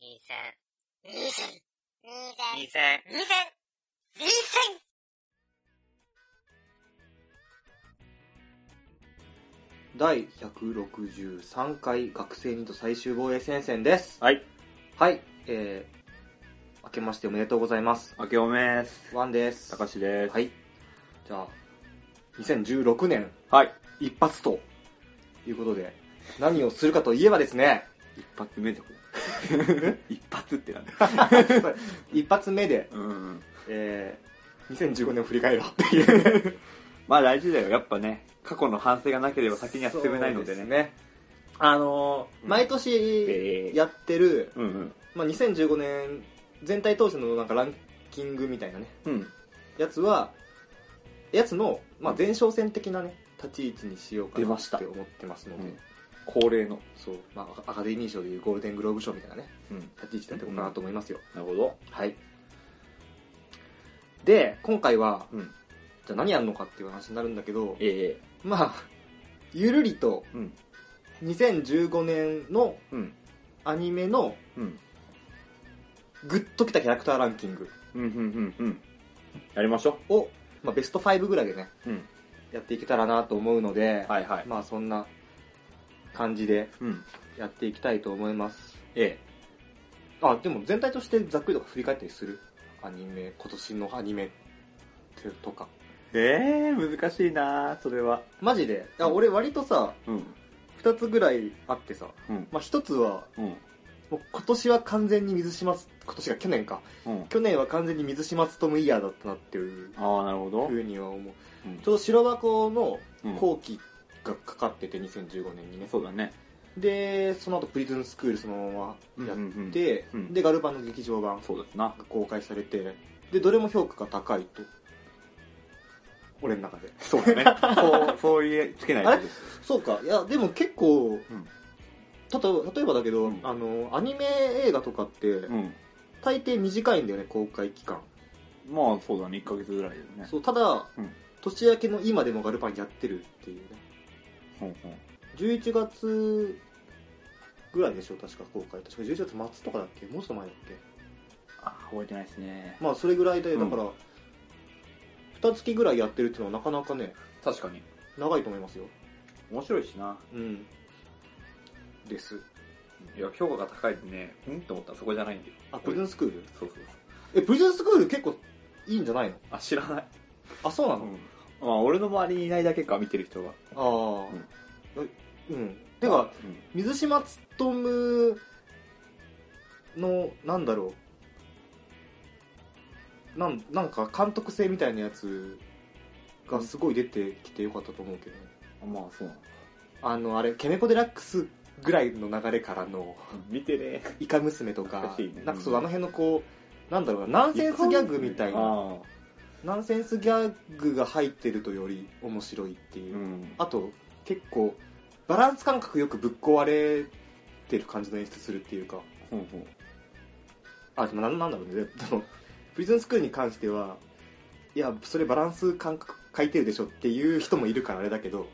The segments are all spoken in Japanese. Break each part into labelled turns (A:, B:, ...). A: 二千。
B: 二千。二千。
A: 二千。
B: 二千。二千。
C: 第163回学生ニート最終防衛戦線です。
D: はい、
C: はい、えー、明けましておめでとうございます。
D: 明けおめです。
C: ワンです。
D: 高しです。
C: はい。じゃあ、2016年
D: はい。
C: 一発ということで、何をするかといえばですね、
D: 一発目でこれ。一発ってなんだ。
C: 一発目で、
D: うん。
C: えー、2015年を振り返ろうっていう。
D: まあ大事だよ。やっぱね、過去の反省がなければ先には進めないので
C: そう
D: ね。
C: すあのー
D: うん
C: 毎
D: え
C: 年
D: ー
C: やってる、
D: うんうん。
C: まあ、2015年全体当時のなんかランキングみたいなね、
D: うん。
C: やつは、やつの、まあ、前哨戦的なね、立ち位置にしようか
D: 出
C: な
D: まし
C: ったて思ってますので、
D: うん恒例の。
C: そう、まあ、アカデミー賞でいうゴールデングローブ賞みたいなね、
D: うん。
C: 立ち位置だってこうかなと思いますよ。
D: なるほど。
C: はい。で、今回は、
D: うん
C: じゃあ何やるのかっていう話になるんだけど、
D: え
C: まあ、ゆるりと
D: えうん。
C: 2015年の
D: うん。
C: アニメの
D: うん。
C: グッときたキャラクターランキング
D: うん、うん、うん、うん。やりましょ
C: を、まあ、ベスト5ぐらいでね、
D: う。うん。
C: やっていけたらなと思うので、
D: はいはい。
C: まあそんな感じで
D: うん。
C: やっていきたいと思います。
D: え
C: あ、でも全体としてざっくりとか振り返ったりするアニメ、今年のアニメってとか。
D: え。ええ難しいなそれは。
C: マジで、あ
D: うん
C: 俺割とさ、
D: うん。
C: 二つぐらいあってさ、
D: うん。
C: まあ一つは、
D: うん。
C: もう今年は完全に水島つ、今年が去年か。
D: うん。
C: 去年は完全に水島つとむイヤーだったなっていう
D: ああ、なるほど
C: ふ。うには思う。
D: うん
C: ちょうど白箱の
D: うん
C: 後期がかかってて2015年にね。
D: そうだね。
C: で、その後プリズンスクールそのままやっ
D: うん
C: で、
D: うん
C: でガルパンの劇場版
D: そうですな。
C: が公開されてでどれも評価が高いと俺の中で
D: そうだ ね。そう、そう言え、つけない
C: あれそうかいやでも結構、
D: ん
C: たと例えばだけど、
D: うん
C: あのアニメ映画とかって、
D: うん。
C: 大抵短いんだよね公開期間
D: まあそうだね、1ヶ月ぐらいだよね。
C: そうただ、
D: うん
C: 年明けの今でもガルパンやってるっていうね
D: うんうん
C: 11月ぐらいでしょ確か公開確か11月末とかだっけもうちょっと前だっけ
D: あ、覚えてないですね。
C: まあそれぐらいで
D: うん
C: だから、2月ぐらいやってるっていうのはなかなかね
D: 確かに。
C: 長いと思いますよ
D: 面白いしな。
C: うんです
D: いや、評価が高いでね、うんと思ったらそこじゃないんだよ。
C: あプリズンスクール
D: そうそうそう。
C: えプリズンスクール結構いいんじゃないの
D: あ、知らない。
C: あそうなの、
D: まあ俺の周りにいないだけか、見てる人が。
C: ああうん、てか、水島つとむのなんだろうなんなんか監督性みたいなやつがすごい出てきてよかったと思うけどね
D: うん。まあそうなの。
C: あのあれケネコデラックスぐらいの流れからの
D: 見てね。
C: イカ娘とか、
D: 懐かしいね
C: なんかそう、あの辺のこう、なんだろうな、ナンセンスギャグみたいな、
D: ああ。
C: ナンセンスギャグが入ってるとより面白いっていうう。
D: ん。
C: あと、結構、バランス感覚よくぶっ壊れてる感じの演出するっていうか、
D: ほうほう。
C: あ、でもなんなんだろうね、でも、プリズンスクールに関しては、いや、それバランス感覚書いてるでしょっていう人もいるからあれだけど、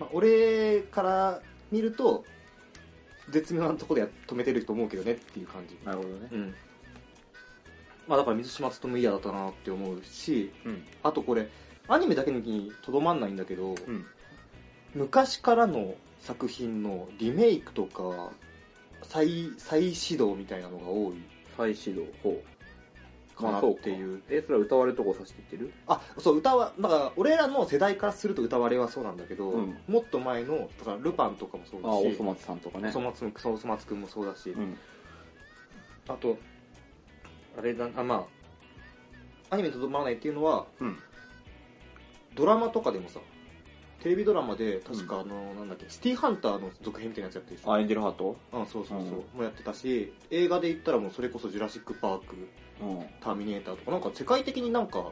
C: まあ、俺から見ると、絶妙なところでや止めてると思うけどねっていう感じ。
D: なるほどね。
C: うん。まあだから水島つとも嫌だったなって思うし、
D: うん。
C: あとこれ、アニメだけにとどまんないんだけど、
D: うん。
C: 昔からの作品のリメイクとか、再、再始動みたいなのが多い
D: 再始動、ほう。
C: かなっていう。。
D: え、それは歌われるとこ指していってる
C: あ、そう、歌は、だから俺らの世代からすると歌われはそうなんだけど、
D: うん
C: もっと前の、だからルパンとかもそうだ
D: ああ、お
C: し
D: そ、松さんとかね。
C: おそ松くん、おそ松くんもそうだし、
D: うん。
C: あと、あれだ、あ、まあ、アニメにとどまらないっていうのは、
D: うん。
C: ドラマとかでもさ、テレビドラマで、確かあの、なんだっけ、シティハンターの続編みたいなやつやってるでしょ。
D: あ、エンジェルハート
C: うん、そうそうそう、
D: うん
C: もうやってたし、映画で言ったらもうそれこそジュラシック・パーク、
D: うん。
C: ターミネーターとか、なんか世界的になんか、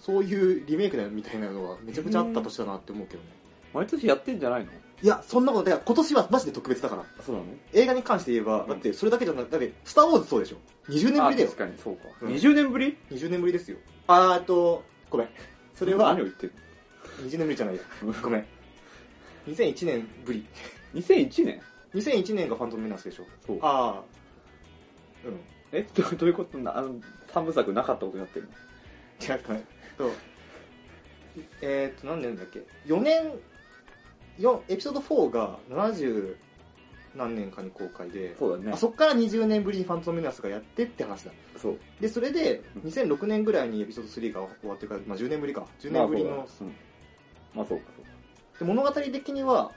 C: そういうリメイクだよみたいなのがめちゃくちゃあった年だなって思うけどね。
D: 毎年やってんじゃないの
C: いや、そんなこと、だから今年はマジで特別だから。
D: そうなの
C: 映画に関して言えば、
D: うん
C: だってそれだけじゃなくて、だって、スター・ウォーズそうでしょ ?20 年ぶりだよ
D: あ確。かに、そうか。
C: うん
D: 20年ぶり
C: 20年ぶりですよ。あーっと、ごめん。それは
D: 何を、言ってる
C: 20年ぶりじゃないよ。ごめん。2001年ぶり。
D: 2001年
C: 2001年がファントムメナスでしょ
D: そう
C: ああ。
D: えどどう いうことなあの三部作なかったことになってるの
C: 違うかとえっ、と何年だっけ4年4エピソード4が70何年かに公開で
D: そうだね
C: あそっから20年ぶりに「ファントム・メナス」がやってって話だ
D: そう
C: でそれで2006年ぐらいにエピソード3が終わってるから、まあ、10年ぶりか10年ぶりの、
D: まあそうだうんまあそうかそうか
C: で物語的には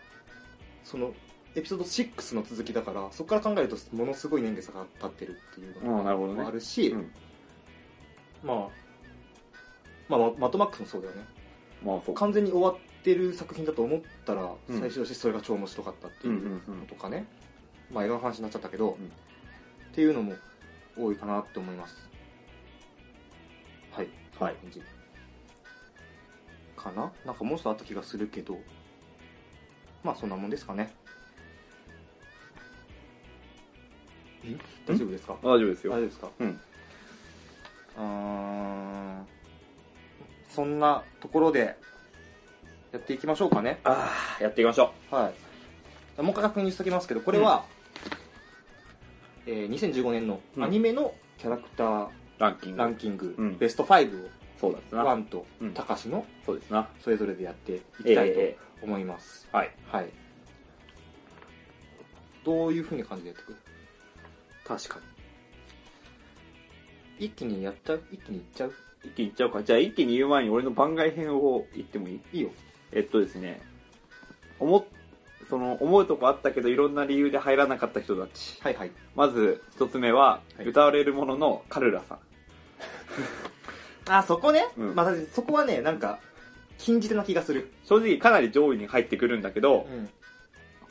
C: そのエピソード6の続きだからそこから考えるとものすごい年月が経ってるっていうの
D: うんなるほどね
C: もあるし、
D: うん
C: まあ、まあまマットマックスもそうだよね
D: まあそうか
C: 完全に終わってる作品だと思ったら、
D: うん
C: 最初としてそれが超面白かったって
D: うん
C: いううん
D: う
C: の
D: ん
C: とかね、まあ映画の話になっちゃったけど、
D: うん
C: っていうのも多いかなって思いますはい
D: はい
C: 感じかななんかもうちょっとあった気がするけどまあそんなもんですかねん大丈夫ですか
D: 大丈夫です
C: 大丈夫
D: よ
C: ですか
D: うん
C: うーんそんなところでやっていきましょうかね
D: ああやっていきましょ
C: はいもう一回確認しときますけどこれは、えー2015年のアニメのキャラクター
D: うランキング
C: ランキング、
D: うん
C: ベスト5を
D: そうだった
C: ワ
D: な
C: ンと
D: うん
C: たかしの
D: そうですな
C: それぞれでやってい
D: ええ
C: きたいと
D: え
C: 思います、
D: えはい
C: はいどういう風に感じでやってくる
D: 確か
C: 一気にやっちゃう一気にいっちゃう
D: に一気にいっちゃおうかじゃあ一気に言う前に俺の番外編を言ってもいい
C: いいよ
D: えっとですね思っその思うとこあったけどいろんな理由で入らなかった人たち
C: はいはい
D: まず一つ目は、
C: はい
D: 歌われるもののカルラさん
C: あそこね、
D: うん
C: まあ、私そこはねなんか禁じ手な気がする、
D: 正直かなり上位に入ってくるんだけど、
C: ん、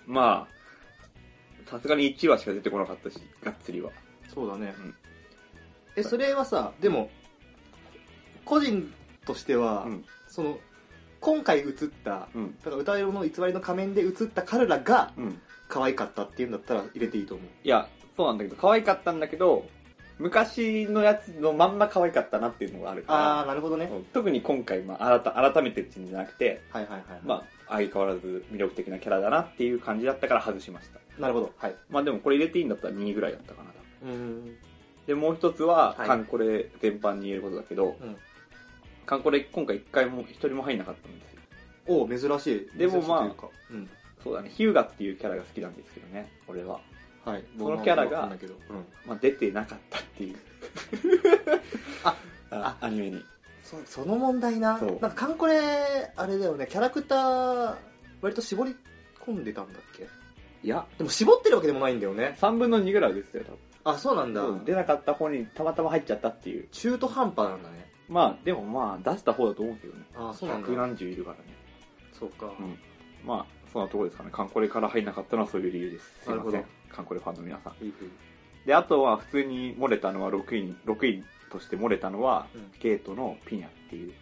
D: まあさすがに1話しか出てこなかったしがっつりは
C: そうだね、
D: うん
C: えそれはさでも個人としては、
D: うん
C: その今回映った
D: うん
C: だから歌いの偽りの仮面で映った彼らが
D: うん
C: 可愛かったっていうんだったら入れていいと思う
D: いやそうなんだけど可愛かったんだけど昔のやつのまんま可愛かったなっていうのがある
C: ああ
D: か
C: なるほどね
D: ら、うん特に今回、まあ、改改めてっていうんじゃなくて、
C: はいはいはい、
D: まあ、相変わらず魅力的なキャラだなっていう感じだったから外しました
C: なるほどはい
D: まあでもこれ入れていいんだったら2位ぐらいだったかな多分
C: うん
D: でもう一つは、
C: はい
D: カンコレ全般に言えることだけど、
C: うん
D: カンコレ今回一回も一人も入んなかったんですよ
C: おう珍しい
D: でもまあ
C: 珍しいというかうん
D: そうだねヒューガっていうキャラが好きなんですけどね俺は、
C: はい、
D: そのキャラが
C: 僕もわかんないけどうん、
D: まあ、出てなかったっていう
C: あ
D: あアニメに
C: そその問題な
D: そう
C: なんかカンコレあれだよねキャラクター割と絞り込んでたんだっけ
D: いや
C: でも絞ってるわけでもないんだよね
D: 3分の2ぐらいは出てたよ
C: あそうなん
D: 多
C: だ、
D: 分そう出なかった方にたまたま入っちゃったっていう
C: 中途半端なんだね
D: まあでもまあ出した方だと思うけどね
C: あそうなん
D: 百
C: だ
D: 何十いるからね
C: そうか、
D: うんまあそんなところですかねカンコレから入んなかったのはそういう理由ですすいませ
C: なる
D: ん
C: ほ
D: カンコレファンの皆さん
C: いいいい
D: であとは普通に漏れたのは6位に6位として漏れたのは、
C: うん
D: ゲートのピニャっていう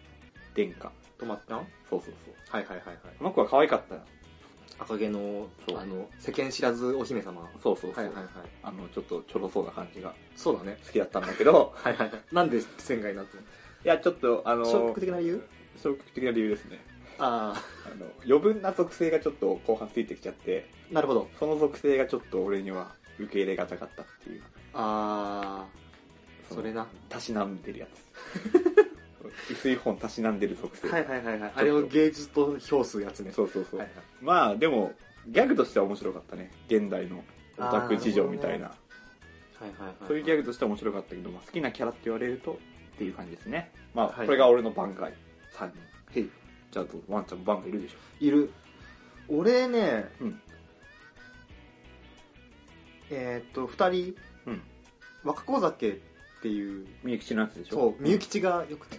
D: 殿下
C: 止まったんはい
D: そうそうそう
C: はいはいはい
D: この子は可愛かったよ
C: 赤毛の
D: そう
C: あの世間知らずお姫様は
D: そうそう
C: い
D: そう、
C: はいはい
D: あのちょっとちょろそうな感じが
C: そうだね
D: 好きだったんだ けど
C: はいはいはいなんで仙外になったの
D: いやちょっとあの
C: 消極的な理由
D: 消極的な理由ですね
C: あ
D: あの余分な属性がちょっと後半ついてきちゃって
C: あなるほど
D: その属性がちょっと俺には受け入れがたかったっていう
C: ああ
D: そ
C: そ
D: の
C: れな
D: たしなんでるやつ 薄い本たしなんでる属性、
C: はいはいはいはいあれを芸術と評すやつね
D: そうそうそう、
C: はいはい
D: まあでもギャグとしては面白かったね現代のオタク事情みたいな
C: はいはいはいはい
D: そういうギャグとしては面白かったけど、まあ、好きなキャラって言われるとっていう感じですねまあ、
C: はい
D: これが俺の番外3人
C: へい
D: じゃああとワンちゃんも番外いるでしょ
C: いる俺ね、
D: うん
C: えーっと2人
D: うん
C: 若子酒っていう
D: みゆきちのやつでしょ
C: そうみゆきちがよくて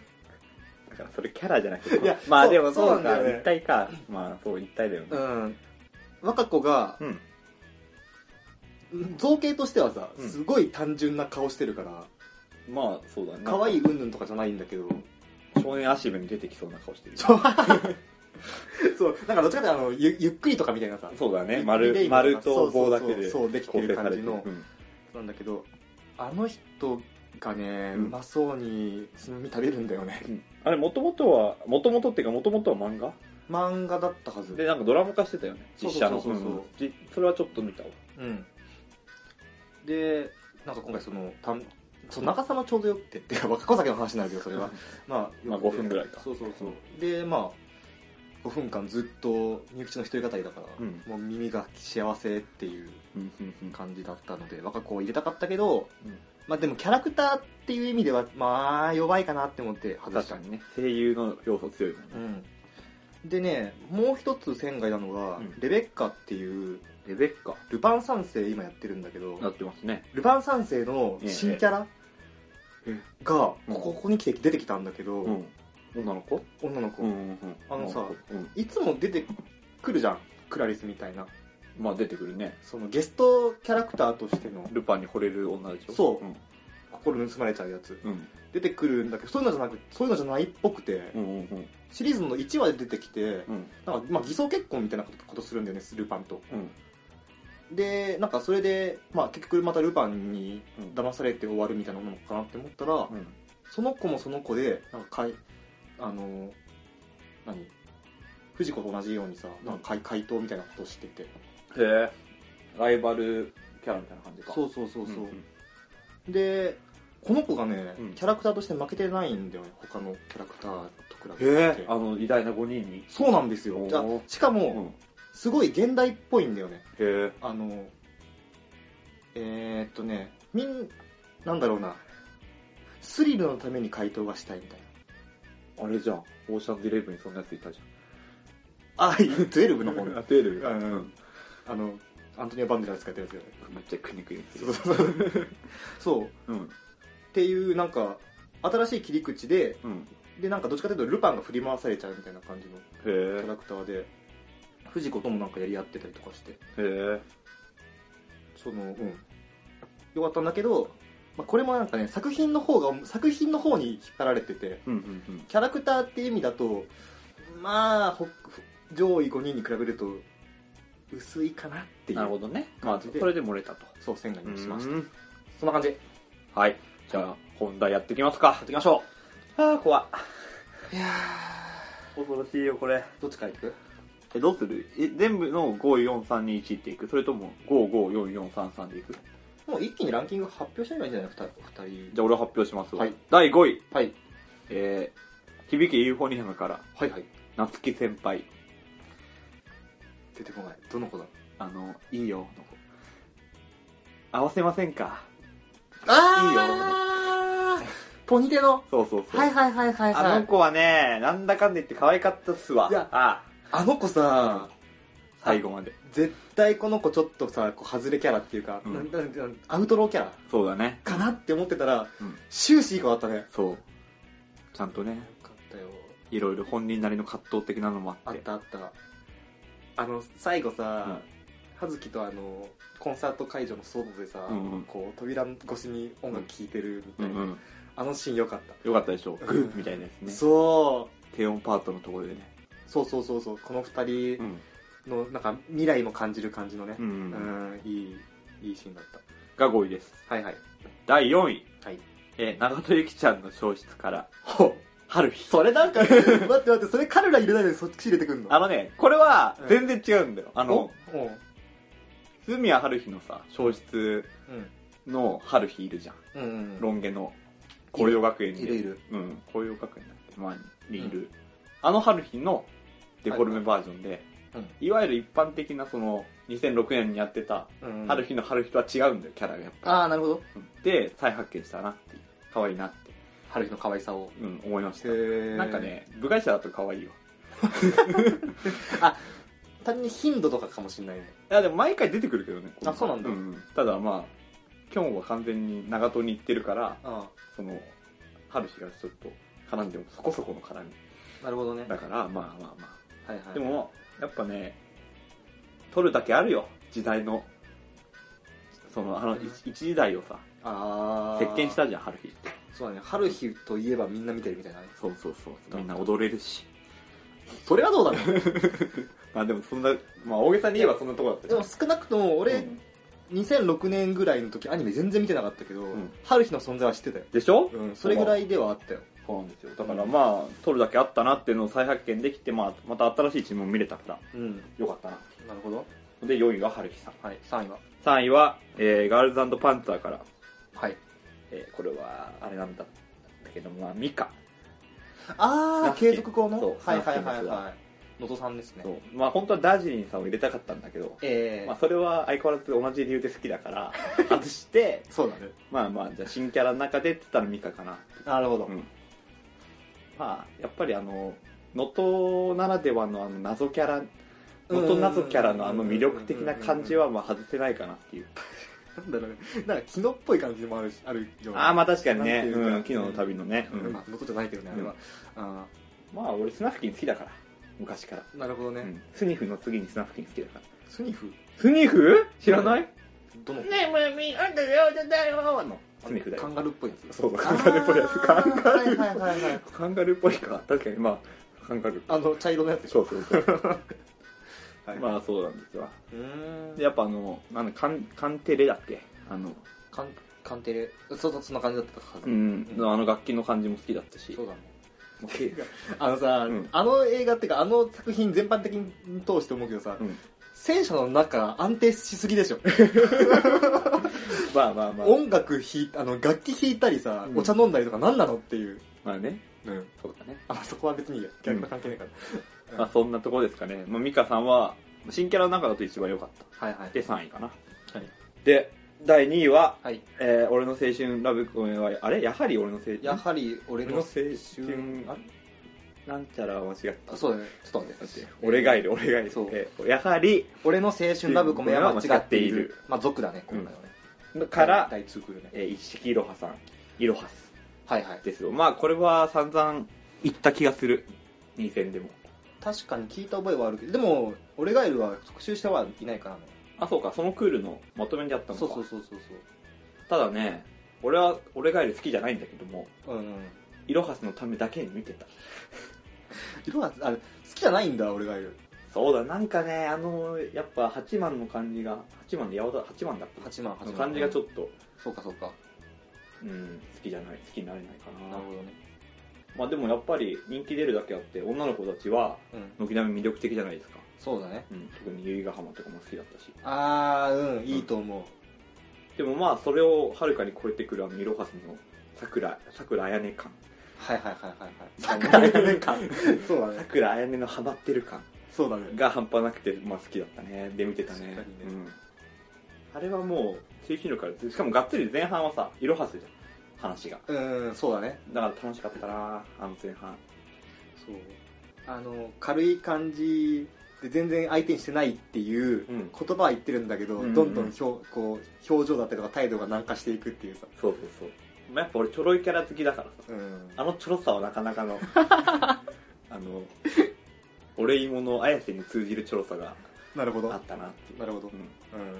D: だからそれキャラじゃなくて
C: いや
D: まあ
C: そう
D: でも
C: そ
D: そうう
C: なんだ
D: か
C: よね
D: 一体かまあそう一体だよね
C: うん若子が
D: うん、
C: 造形としてはさ
D: うん
C: すごい単純な顔してるから
D: まあそうだね
C: 可愛い云々とかじゃないんだけど
D: 少年足部に出てきそうな顔してる
C: そう そうなんかどっちかっていうとあのゆゆっくりとかみたいなさ
D: そうだね
C: リレイ
D: 丸
C: とか
D: 丸と棒だけで
C: そうそうそうそうできてる感じの
D: 構成されてるうん
C: なんだけどあの人がね、う
D: うん
C: まそうにつまみ食べるんだよね
D: うんあれ、もともとは、もともとっていうか、もともとは漫画
C: 漫画だったはず
D: で、なんかドラマ化してたよね。
C: そう
D: 実
C: そう
D: 写
C: そ
D: の。
C: うそう
D: うんじそれはちょっと見たわ。
C: うんでなんか今回そのたんその長さもちょうどよくてって いうか若子酒の話になるけどそれはまあ
D: ま
C: よ
D: あ
C: くて
D: 5分ぐらいか
C: そうそうそうでまあ5分間ずっとみゆきちの一人語りだから、
D: うん
C: もう耳が幸せっていう
D: うんうんうん
C: 感じだったので若子を入れたかったけど、
D: うん
C: まあでもキャラクターっていう意味ではまあ弱いかなって思って外し
D: 確
C: た
D: かにね声優の要素強いもんね
C: うん、でねもう一つ仙外なのが、
D: うん
C: レベッカっていう
D: レベッカ
C: ルパン三世今やってるんだけど
D: なってますね
C: ルパン三世の新キャラ
D: え
C: がこ
D: うん
C: こここに来て出てきたんだけど、
D: うん女の子
C: 女の子、
D: うんうん
C: あのさ
D: 女子うん
C: いつも出てくるじゃんクラリスみたいな
D: まあ出てくるね
C: そのゲストキャラクターとしての
D: ルパンに惚れる女でしょ
C: そう
D: うん
C: 心盗まれちゃうやつ
D: うん
C: 出てくるんだけどそういうのじゃなくそういうのじゃないっぽくて、
D: うんうんうん
C: シリーズの1話で出てきて
D: うん
C: なんか、まあ、偽装結婚みたいなことことするんだよねルパンと
D: うん
C: でなんかそれで、まあ、結局またルパンに
D: うん
C: 騙されて終わるみたいなものかなって思ったら、
D: うん
C: その子もその子でなんかかいあの何藤子と同じようにさなんか怪怪盗みたいなことをしてて
D: へえライバルキャラみたいな感じか
C: そううそうそうそう、
D: んん
C: でこの子がね、
D: うん
C: キャラクターとして負けてないんだよね他のキャラクターと比べて、
D: へえあの偉大な5人に
C: そうなんですよ
D: おー
C: じゃあしかも、
D: うん
C: すごい現代っぽいんだよね
D: へえ
C: あのえー、っとねみんなんだろうなスリルのために回答がしたいみたいな
D: あれじゃんオーシャンズイレブンにそんなやついたじゃん
C: あい12の方 ね
D: あテー
C: う
D: ル
C: んうんあのアントニオ・バンデラスがやってるや
D: めっちゃくにくい
C: つだよねそうそうそうそうっ
D: うん
C: ていうなんか新しい切り口で
D: うん
C: でなんかどっちかというとルパンが振り回されちゃうみたいな感じの
D: へ
C: キャラクターで藤子ともなんかやり合ってたりとかして
D: えへえ
C: そのうんよかったんだけど、まあ、これもなんかね作品の方が作品の方に引っ張られてて
D: うんうんうん
C: キャラクターっていう意味だとまあほ上位5人に比べると薄いかなっていう
D: なるほどねまあ
C: 感じで
D: それで漏れたと
C: そう線外にしました
D: うん
C: そんな感じや
D: はいじゃあ本題やっていきますか
C: っていきましょ
D: ああ怖っ
C: ういや
D: 恐ろしいよこれ
C: どっちからいく
D: えどうするえ全部の5431っていくそれとも554433でいく
C: もう一気にランキング発表しちゃえばいいんじゃない二人
D: じゃあ俺発表しますわ
C: はい
D: 第5位
C: はい
D: えー、響きユーフォニアムから
C: はいはい
D: 夏木先輩
C: 出てこないどの子だ
D: あのいいよの子合わせませんか
C: あいいよポニテの
D: そうそうそう、
C: はいはいはいはいはい
D: あの子はねなんだかんで言って可愛かったっすわ
C: いや
D: あ
C: あの子さ
D: 最後まで
C: 絶対この子ちょっとさこう外れキャラっていうか、
D: うん
C: なんなんなんアウトローキャラ
D: そうだね
C: かなって思ってたら、
D: うん
C: 終始いい子だったねよ
D: そうちゃんとね
C: かったよ
D: いろいろ本人なりの葛藤的なのもあ
C: あ
D: っ
C: ってたあったあの最後さ、葉月とあのコンサート会場の外でさ、
D: うんうん
C: こう扉越しに音楽聴いてるみたい
D: うん
C: な、
D: うん
C: あのシーンよかった、
D: よかったでしょう
C: うん
D: グーみたいなやつね
C: そ
D: 低音パートのところでね
C: うそうそうそうそうこの二人
D: ん
C: のなんか未来も感じる感じのね
D: う、
C: うんん、いいいいシーンだっ
D: が5位です
C: たはいはい
D: 第4位
C: はい
D: えー長戸ゆきちゃんの消失から
C: ほう
D: 春日
C: それなんか待って待ってそれ彼ら入れないでそっち入れてくんの
D: あのねこれは
C: うん
D: 全然違うんだよあ
C: あ
D: の
C: うんうん
D: 鈴宮春日のさ消失の春日いるじゃん
C: うんうん
D: ロン毛の紅葉学園に
C: いるいる
D: うん紅葉学園だっけ前にいる、あの春日のデフォルメバージョンで、
C: うん
D: いわゆる一般的なその2006年にやってた
C: うん
D: 春日の春日とは違うんだよキャラがやっぱ
C: ああなるほど
D: り、うんで再発見したなっていう可愛いなって、
C: 春日の可愛さを
D: うん、思いました
C: へ
D: なんかね部外者だと可愛いよ
C: 単に頻度とかかもしれないね
D: いやでも毎回出てくるけどね
C: あそうなんだ
D: ただまあ今日は完全に長門に行ってるから
C: あ
D: その春日がちょっと絡んでもそこそこの絡み
C: あなるほどね
D: だからまあまあま
C: はいは
D: あ
C: い
D: でもやっぱね撮るだけあるよ時代のそのあの一一時代をさ
C: ああ
D: 席巻したじゃん春日って
C: そうだね春日といえばみんな見てるみたいなね
D: そうそうそうみんな踊れるし
C: それはどうだ ろう
D: まあでもそんなまあ大げさに言えばそんなとこだった
C: で
D: じゃん
C: も少なくとも俺、
D: うん
C: 2006年ぐらいの時アニメ全然見てなかったけど、
D: ん
C: 春日の存在は知ってたよ
D: でしょ
C: うんそれぐらいではあったよ
D: そうなんですよだからまあ撮るだけあったなっていうのを再発見できて、まあ、また新しいチームも見れたから
C: うん
D: よかったな
C: なるほど
D: で4位が春樹さん
C: はい3位は
D: 3位は、えーガールズパンツァーから
C: はい
D: えーこれはあれなんだだけど、まあ、ミカ
C: あ
D: ナ
C: あ
D: スケ
C: 継続校の
D: そう
C: はいはい
D: ナ
C: は
D: ス
C: い
D: ケの
C: はい能登さんですね
D: そうまあ本当はダージリンさんを入れたかったんだけど、
C: ええ
D: まあ、それは相変わらず同じ理由で好きだから 外して
C: そうだね
D: まあまあじゃあ新キャラの中でって言ったらミカかな
C: なるほど、
D: うんまあやっぱりあの能登ならではのあの謎キャラ能登謎キャラのあの魅力的な感じはまあ外せないかなっていう
C: なんだろうねなんか昨日っぽい感じもあるしあるような
D: ああまあ確かに
C: なん
D: ね
C: ていううんか
D: 昨日の旅のね、う
C: うん
D: ん
C: まあ能登じゃないけどねあれは、あ
D: まあ俺スナフキン好きだから昔から、
C: あなるほどね、
D: うんスニフの次にスナフキン好きだから
C: スニフ
D: スニフ知らない、
C: どの
D: ねえ、もうみあんたよ、だだよのスニフだ
C: カ
D: よ
C: ン。ガルーっぽいやつ
D: そうカンガルーっぽいやつ
C: あー
D: カンガルー
C: はいはいはいはい
D: カンガルーっぽいか。確かに、まあ、カンガルー。
C: あの茶色のやつでしょ
D: そうそうそう。
C: はい
D: まあ、そうなんですわ。
C: うーん
D: でやっぱあの、なんだ、カン、カンテレだっけあの、
C: カンカンテレそうそうそんな感じだったはず、
D: うん、あの楽器の感じも好きだったし
C: そ。うだね
D: も う
C: あのさ、
D: うん
C: あの映画っていうかあの作品全般的に通して思うけどさ、
D: うん
C: 戦車の中安定しすぎでしょ、
D: まあまあまあ。
C: 音楽弾いあの楽器弾いたりさ、
D: うん
C: お茶飲んだりとか何なのっていう、
D: まあね、
C: うん、
D: そうだね。
C: あそこは別にいいや逆の関係ないから、
D: まあ、そんなとこですかね。まあ、ミカさんは、新キャラの中だと一番良かった。
C: はいはい
D: で、3位かな。
C: はい、
D: で、第2位は、
C: はい、
D: えー、俺の青春ラブコメは、あれやはり俺の青春。
C: やはり俺の
D: 俺の青春
C: あ
D: なんちゃらは間違っ
C: あそうだねちょっと待って
D: たって。俺がいる、俺がい
C: そう
D: る。えやはり、
C: 俺の青春ラブコメは間違ってい
D: 間違ってい
C: る
D: る
C: まあ族だね今回はね、
D: から、
C: 第2クールね
D: えー一色いろはさん、いろはす
C: はいはい
D: ですよ。まあ、これは散々言った気がする。2戦でも。
C: 確かに聞いた覚えはあるけどでも俺がいるは特集してはいないからね
D: あ、そうか、そのクールのまとめにあったのか。
C: そうそうそうそう
D: ただね、俺は、俺がいる好きじゃないんだけども、
C: そううんうん
D: いろはすのためだけに見てた。
C: 色はあれ好きじゃないんだ俺がいる
D: そうだ、なんかね、あの、やっぱ、八幡の感じが、八幡で八幡、八幡だっ
C: 八万
D: た。
C: 八
D: の
C: 万
D: 感じがちょ
C: っ
D: っと、
C: とそうかそうか
D: うん、好きじゃない、好きになれないか
C: なるほどね
D: まあでもやっぱり人気出るだけあって女の子たちは
C: うん
D: 軒並み魅力的じゃないですか、
C: そうだね
D: うん、特に由比ヶ浜とかも好きだったし
C: ああうんいいと思う、
D: でもまあそれをはるかに超えてくるあのいろはすのさくらさくらあやね感
C: はいはいはいはいはい
D: 桜
C: あれねかそうだ
D: さ
C: ね
D: くらあやねのハマってる感
C: そうだね
D: が半端なくて、まあ、好きだったねで見てたね
C: 確かにね
D: うん、あれはもう精神力あるしかもがっつり前半はさいろはすじゃん話が
C: うんそうだね
D: だから楽しかったなあの前半
C: そうあの軽い感じで全然相手にしてないっていう
D: うん
C: 言葉は言ってるんだけど、
D: うんうん
C: どんどん表こう表情だったりとか態度が軟化していくっていうさ、
D: そうそうそう、まあ、やっぱ俺ちょろいキャラ好きだから
C: う
D: さ
C: ん、
D: あのちょろさはなかなか のあのお礼物綾瀬に通じるちょろさが
C: なるほど
D: あ
C: な
D: ったなっていう、
C: るほど、
D: う
C: うん
D: ん、
C: うん、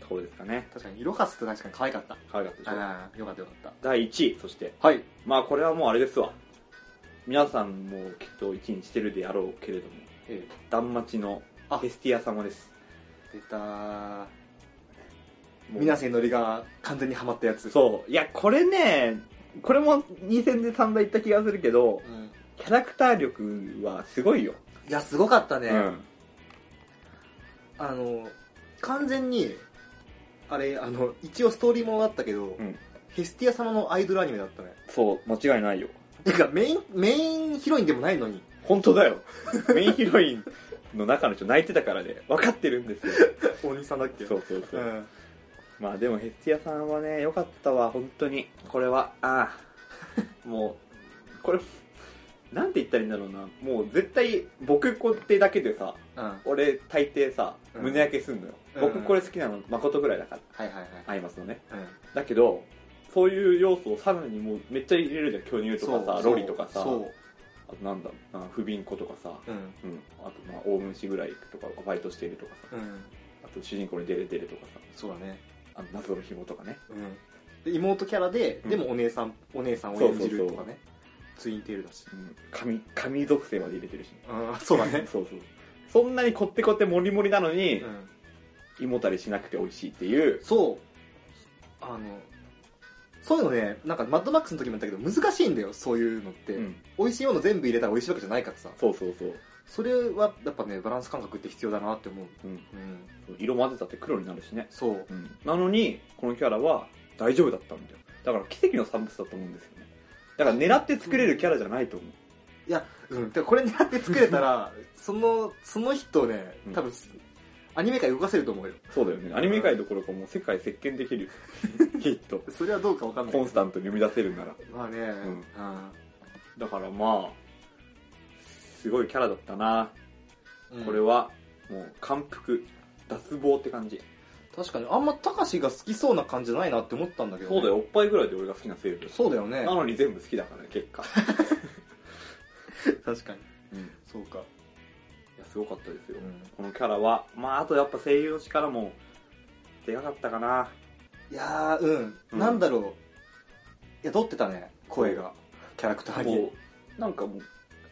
D: ところですかね
C: 確かにいろはすって確かに可愛かった
D: 可愛かったでしょ
C: ああよかったよかっ
D: 第1位そして
C: たはい
D: まあこれはもうあれですわ皆さんもきっと1位にしてるであろうけれども
C: え
D: 断末の
C: あ
D: ヘスティア様です
C: え出た
D: もう
C: 水瀬のりが完全にはまったやつ
D: そういやこれねこれも2戦で散々言った気がするけど
C: うん、
D: キャラクター力はすごいよ、
C: いやすごかったね、
D: うん
C: あの完全にあれあの一応ストーリーものだったけど、
D: ん
C: ヘスティア様のアイドルアニメだったね
D: そう間違いないよ
C: てかメインメインヒロインでもないの に
D: 本当だよメインヒロインの中の人泣いてたからね分かってるんで すよ
C: 大西さんだっけ
D: そうそうそう、
C: ん、
D: まあでもヘッツヤさんはねよかったわ本当にこれはああ もうこれなんて言ったらいいんだろうなもう絶対僕こってだけでさ
C: うん、はい
D: 俺大抵さ
C: うん
D: 胸焼けすんのよ、
C: うん
D: 僕これ好きなの誠ぐらいだから
C: はいはい、
D: 合いますのね
C: うん、
D: だけどそういう要素をさらにもうめっちゃ入れるじゃん巨乳とかさロリとかさあ
C: そ
D: となんだろうな不憫子とかさ
C: ううん
D: うん、あとまあ大虫ぐらいとかバイトしているとかさ
C: うん
D: あと主人公に出れてるとかさ
C: そうだね
D: あの謎の紐とかね
C: うんで妹キャラで、
D: うん
C: でもお姉さんお姉さんを演じるとかね
D: そうそう
C: ツインテールだし
D: うん神神属性まで入れてる し
C: ああそうだね
D: そうそうそんなにこってこってモリモリなのに、
C: うん
D: 胃もたれしなくて美味しいっていう
C: そうあのそういうのねなんかマッドマックスの時も言ったけど難しいんだよそういうのって、
D: うん
C: 美味しいもの全部入れたら美味しいわけじゃないからさ
D: そうそうそう、
C: それはやっぱねバランス感覚って必要だなって思う
D: うん、
C: うん
D: 色混ぜたって黒になるしね、
C: そう
D: うん、なのにこのキャラは大丈夫だったんだよだから奇跡の産物だと思うんですよねだから狙って作れるキャラじゃないと思う
C: うん、でこれ狙って作れたら、 その、その人ね
D: う、ん
C: 多分、アニメ界動かせると思うよ。
D: そうだよねアニメ界どころかもう世界席巻でき るよきっと
C: それはどうかわかんないけ
D: コ
C: ど。
D: ンスタントに生み出せるなら
C: まあね、
D: ん
C: あ
D: だからまあすごいキャラだったな、
C: ーうん
D: これはもう感服脱帽って感じ
C: 確かに、あんまたかしが好きそうな感じじゃないなって思ったんだけど、
D: そうだよ。おっぱいぐらいで俺が好きなセーブ
C: そうだよね
D: な。のに全部好きだからね結果、
C: 確かに。
D: うん、い
C: そうか。
D: やすごかったですよ、
C: うん
D: このキャラはまああとやっぱ声優の力もでかかったかない
C: やー、うん。
D: うん
C: なんだろう。いや、取ってたね、声が。キャラクターに
D: も。うなんかもう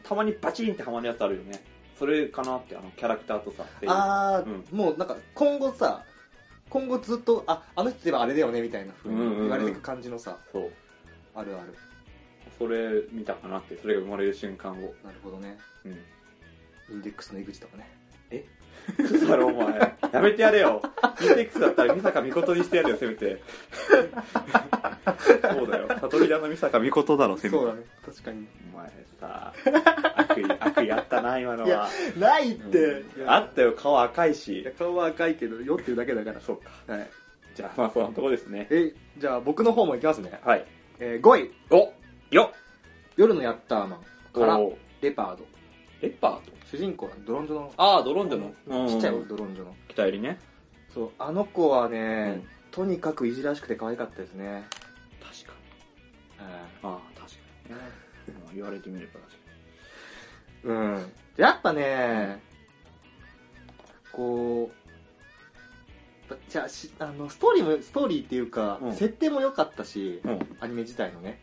D: たまにバチンってハマるやつあるよねそれかなってあのキャラクターとさ声優
C: あー、
D: う
C: もうなんか、今後さ、今後ずっと、あ、あの人といえばあれだよね、みたいな風に
D: うんうんうん
C: 言われていく感じのさ、
D: そう
C: あるある。
D: それ見たかなってそれが生まれる瞬間を
C: なるほどね。
D: うん
C: インデックスの井口とかね。
D: だろお前やめてやれよインデックスだったら美坂誠にしてやるよせめてそうだよ悟りだの美坂誠だろせめて
C: そうだね。確かに。
D: お前さ悪意悪意あったな今のはい
C: やないっ
D: うん
C: て、
D: あったよ顔赤い
C: い
D: し
C: や顔は赤いけど、酔ってるだけだから。
D: そうか
C: はい。
D: じゃあまあそんなとこですね
C: え、じゃあ僕の方もいきますね。
D: はい
C: えー5位、
D: およ
C: 夜のヤッターマン
D: っ
C: から、レパード。
D: レッパーと
C: 主人公なんドロンジョの、
D: ああドロンジョの、
C: ちっちゃい
D: うん
C: ドロンジョの。
D: 北入りね
C: そう、あの子はね、
D: うん
C: とにかくいじらしくて可愛かったですね。
D: 確か
C: は
D: ああ確かに、うん言われてみれば確か
C: いうん。やっぱね、こう、やっぱじゃあしあのストーリーもストーリーっていうか、
D: うん
C: 設定も良かったし、
D: に、
C: アニメ自体のね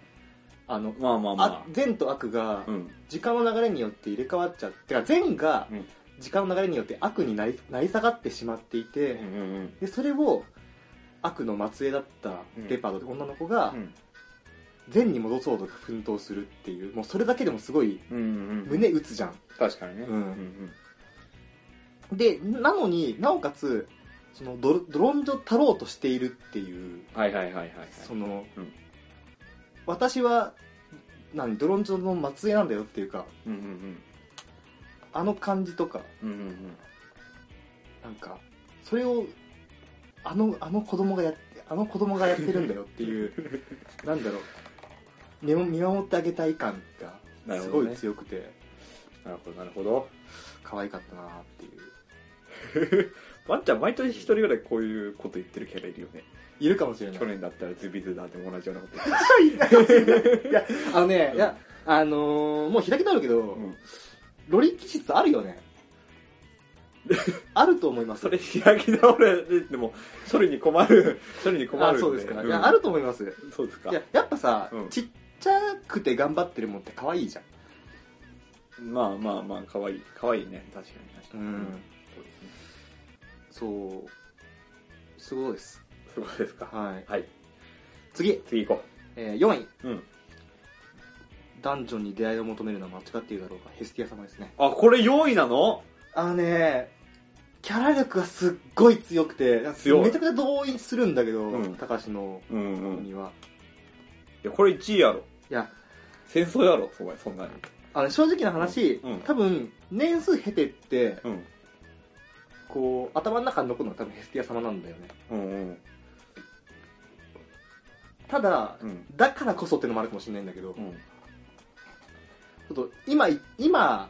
C: あの、
D: まあまあま
C: あ善と悪が
D: あうん
C: 時間の流れによって入れ替わっちゃってか善が
D: うん
C: 時間の流れによって悪になり成り下がってしまっていて、
D: うんうん
C: でそれを悪の末裔だったレパードって女の子が
D: うん
C: 善に戻そうと奮闘するっていうもうそれだけでもすごい
D: うんうん
C: 胸打つじゃん、
D: 確かにね
C: うん
D: ん
C: でなのになおかつそのドロドロンジョたろうとしているっていう
D: はいはいはいはいはい
C: その、
D: うん
C: 私は何ドロンジョの末裔なんだよっていうか
D: うんうん
C: あの感じとか
D: うんうんうん
C: なんかそれをあのあの子供がやってあの子供がやってるんだよって いうなんだろう見守見守ってあげたい感が
D: なる
C: す
D: ほ
C: ご
D: ど
C: い
D: ね
C: 強くて、
D: なるほどなるほど
C: 可愛かったなっていう
D: ワンちゃん毎年一人ぐらいこういうこと言ってるキャラいるよね
C: いるかもしれない
D: 去年だったらズビズだって同じようなこと言って
C: あのねいやあのーもう開きなるけど、
D: る、うん、
C: ロリ気質あるよ ねあると思います
D: それ開き直れでも処理に困る処理に困るん
C: あそうですか、
D: ん
C: いやあると思います
D: そうですか
C: いややっぱさ、
D: うん
C: ちっちゃくて頑張ってるもんって可愛いじゃん
D: まあまあまあ可愛い可愛いね確かに確かに、そうですね
C: そうすごいです
D: そこですか
C: はい
D: はい
C: 次、
D: 次行こ
C: えー4位
D: ううん
C: 男女に出会いを求めるのは間違っているだろうかヘスティア様ですね
D: あこれ4位なの
C: あのねキャラ力がすっごい強くて
D: 強い
C: めちゃくちゃ同意するんだけど、
D: うん
C: 高橋の
D: うんい
C: には、
D: やこれ1位やろ
C: いや
D: 戦争やろお前そんなに
C: あの正直な話、
D: うんうん
C: 多分年数経てって
D: うん
C: こう頭の中に残るのは多分ヘスティア様なんだよね
D: うんうん
C: ただ、
D: うん
C: だからこそってのもあるかもしれないんだけど、
D: うん
C: ちょっと今、今、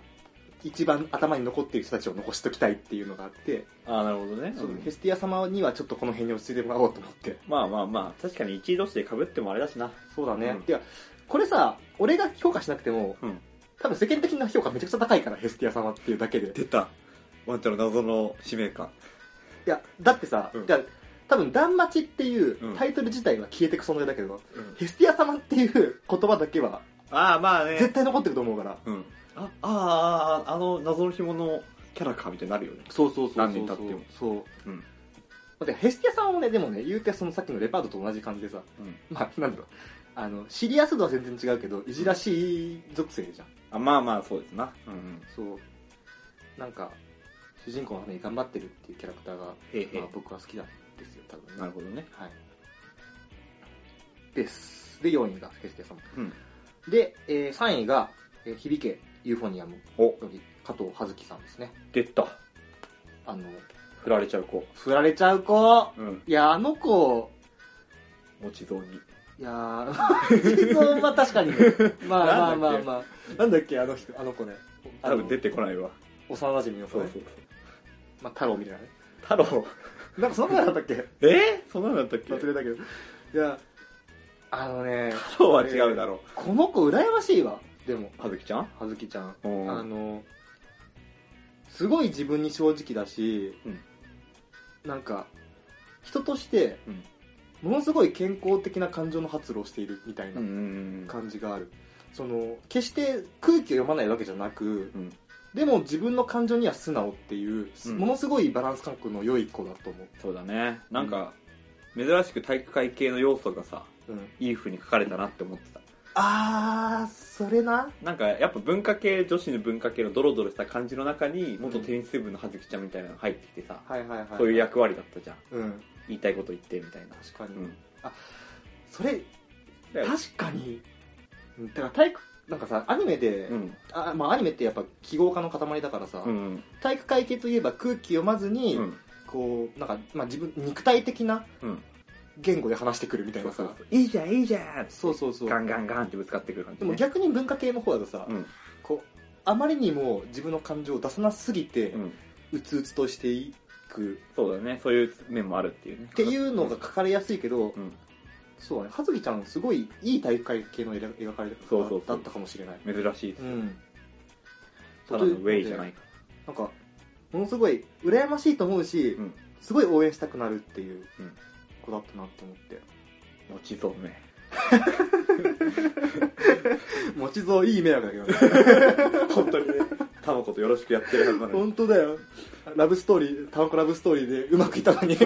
C: 一番頭に残っている人たちを残しときたいっていうのがあって、
D: ああなるほどね
C: そう
D: うん
C: ヘスティア様にはちょっとこの辺に落ち着いてもらおうと思って。
D: まあまあまあ確かに1位同士で被ってもあれだしな
C: そうだね。
D: うん
C: いや、これさ、俺が評価しなくても、
D: うん
C: 多分世間的な評価めちゃくちゃ高いから、ヘスティア様っていうだけで。
D: 出たワンちゃんの謎の使命感
C: いや、だってさ、
D: うん
C: いや多分、ダンマチっていう
D: うん
C: タイトル自体は消えてく存在だけど、ヘスティア様っていう言葉だけは
D: ああまあ
C: 絶
D: ね
C: 対残ってると思うから。
D: うんああーあーあの謎の紐のキャラかみたいになるよね
C: そうそうそうそう。
D: 何年経っても。
C: そう。
D: うん
C: だってヘスティアさんもね、でもね、言うてそのさっきのレパードと同じ感じでさ、
D: うん
C: まあ、なんだろう。あの、シリアス度は全然違うけど、いじらしい属性じゃん。
D: あまあまあそうですなうんうん
C: そう。なんか、主人公のために頑張ってるっていうキャラクターが、
D: へえへえ
C: まあ、僕は好きなんですよ、多分ね。
D: なるほどね
C: はい。です。で、4位がヘスティアさん。
D: うん。
C: で、えー、3位が、えー響けユーフォニアム
D: お、
C: より加藤葉月さんですね。
D: 出た。
C: あの、
D: 振られちゃう子。
C: 振られちゃう子
D: うん。
C: いや、あの子、
D: 持ち像に。
C: いやー、 地蔵は確かに ね。まあまあまあまあ。なんだっけ、あの人、あの子ね。あ
D: 多
C: の
D: 分出てこないわ。
C: 幼馴染の子ね。
D: そう。
C: まあ、太郎みたいなね。
D: 太郎。
C: なんかそんなのだったっけ
D: えそんなのだったっけ
C: 忘れたけど。いや、あのね、
D: 太郎は違うだろう。
C: この子羨ましいわ。でも、
D: はずきちゃん
C: 葉月ちゃん。
D: う
C: あ。の、すごい自分に正直だし、
D: うん
C: なんか、人として
D: うん、
C: ものすごい健康的な感情の発露をしているみたいな
D: うん。
C: 感じがある。その、決して空気を読まないわけじゃなく、
D: うん
C: でも自分の感情には素直っていう、
D: うん
C: ものすごいバランス感覚の良い子だと思う。
D: そうだね。なんか、珍しく体育会系の要素がさ、
C: うん、
D: いい風に書かれたなって思ってた。
C: あー、それな。
D: なんか、やっぱ文化系、女子の文化系のドロドロした感じの中に、元テニス部のはずきちゃんみたいなの入ってきてさ、
C: はいはいはい。
D: そういう役割だったじゃん。
C: うん、
D: 言いたいこと言ってみたいな。
C: 確かに。
D: うん。
C: それ、
D: だよ
C: 確かに。うんだから体育、なんかさ、アニメで、
D: うん。
C: あまあ、アニメってやっぱ記号化の塊だからさ、
D: うん。
C: 体育会系といえば空気読まずに、
D: うん。
C: こうなんか、まあ、自分肉体的な
D: うん。
C: 言語で話してくるみたいなさ
D: いいじゃん、いいじゃん
C: そうそうそう
D: ガンガンガンってぶつかってくる感
C: で
D: じ、ね。
C: も逆に文化系の方だとさ、
D: うん。
C: こうあまりにも自分の感情を出さなすぎて、う
D: うん。
C: つうつとしていく
D: そうだね。そういう面もあるっていうね。
C: っていうのが書かれやすいけど、
D: うん。
C: そうだね葉月ちゃんすごいいい体育会系の描描かれ方
D: そうそうそう
C: だったかもしれない
D: 珍しい。
C: うん
D: ただのウェイじゃないから。
C: なんか、ものすごい羨ましいと思うし、
D: うん
C: すごい応援したくなるっていう
D: うん
C: 子だったなって思って。
D: 持ちそうね。
C: 持ち蔵いい迷惑だけ どね。
D: 本当にね、タマコとよろしくやってるはずなのに。
C: 本当だよ。ラブストーリー、タバコラブストーリーでうまくいったのに。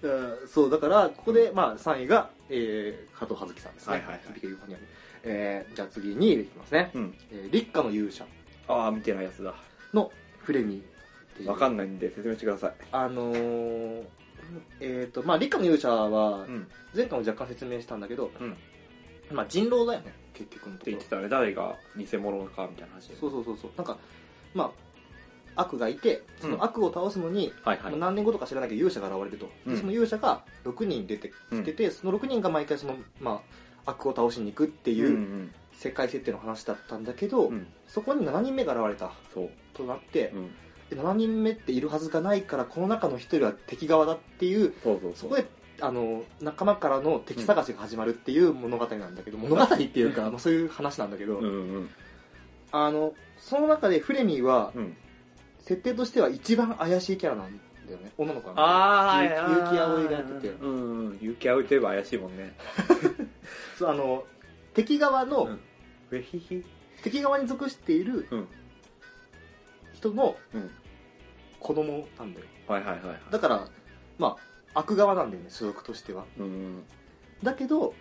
C: うんそう、だから、ここで、まあ、3位が、えー、加藤葉月さんですね。
D: はいはいはい
C: 響けユーフォニアムえー、じゃあ次2位いきますね。
D: うん。
C: えー、立夏の勇者
D: ああ、見てないやつだ。
C: のフレミーっていう。
D: わかんないんで説明してください。
C: あのー、えっ、と、まあ、立夏の勇者は、
D: ん。
C: 前回も若干説明したんだけど、
D: うん。っ
C: まあ人狼だよね、結局のとこ
D: て
C: ろ
D: 言ってたね。誰が偽物かみたいな話。
C: そうそうそうそう。なんか、まあ、悪がいて、そ
D: うん
C: の悪を倒すのに、
D: はいは
C: まあ
D: い。
C: 何年後とか知らないけど勇者が現れると。
D: うん
C: でその勇者が6人出てきてて、その6人が毎回その、まあ、悪を倒しに行くって
D: うんう。
C: いうん世界設定の話だったんだけど、
D: うん。
C: そこに7人目が現れた
D: そう。
C: となって、
D: うん。
C: で7人目っているはずがないから、この中の1人は敵側だっていう、
D: そうそう
C: そ
D: そう。
C: こで、あの、仲間からの敵探しが始まるっていう物語なんだけど、物語っていうか、まあそういう話なんだけど、
D: うんうん
C: あの、その中でフレミーは、
D: うん。
C: 設定としては一番怪しいキャラなんだよね。女の子なんだよ
D: あ
C: ゆ
D: あ、
C: 結城葵がやってて
D: うんうん。結城葵といえば怪しいもんね。
C: そうあの、敵側の、
D: うんウェヒヒ。
C: 敵側に属している
D: うん。
C: 人の
D: うん。
C: 子供なんだよ。
D: はいはいはいはい。
C: だから、まあ、悪側なんだよね、所属としては。
D: うん
C: だけど、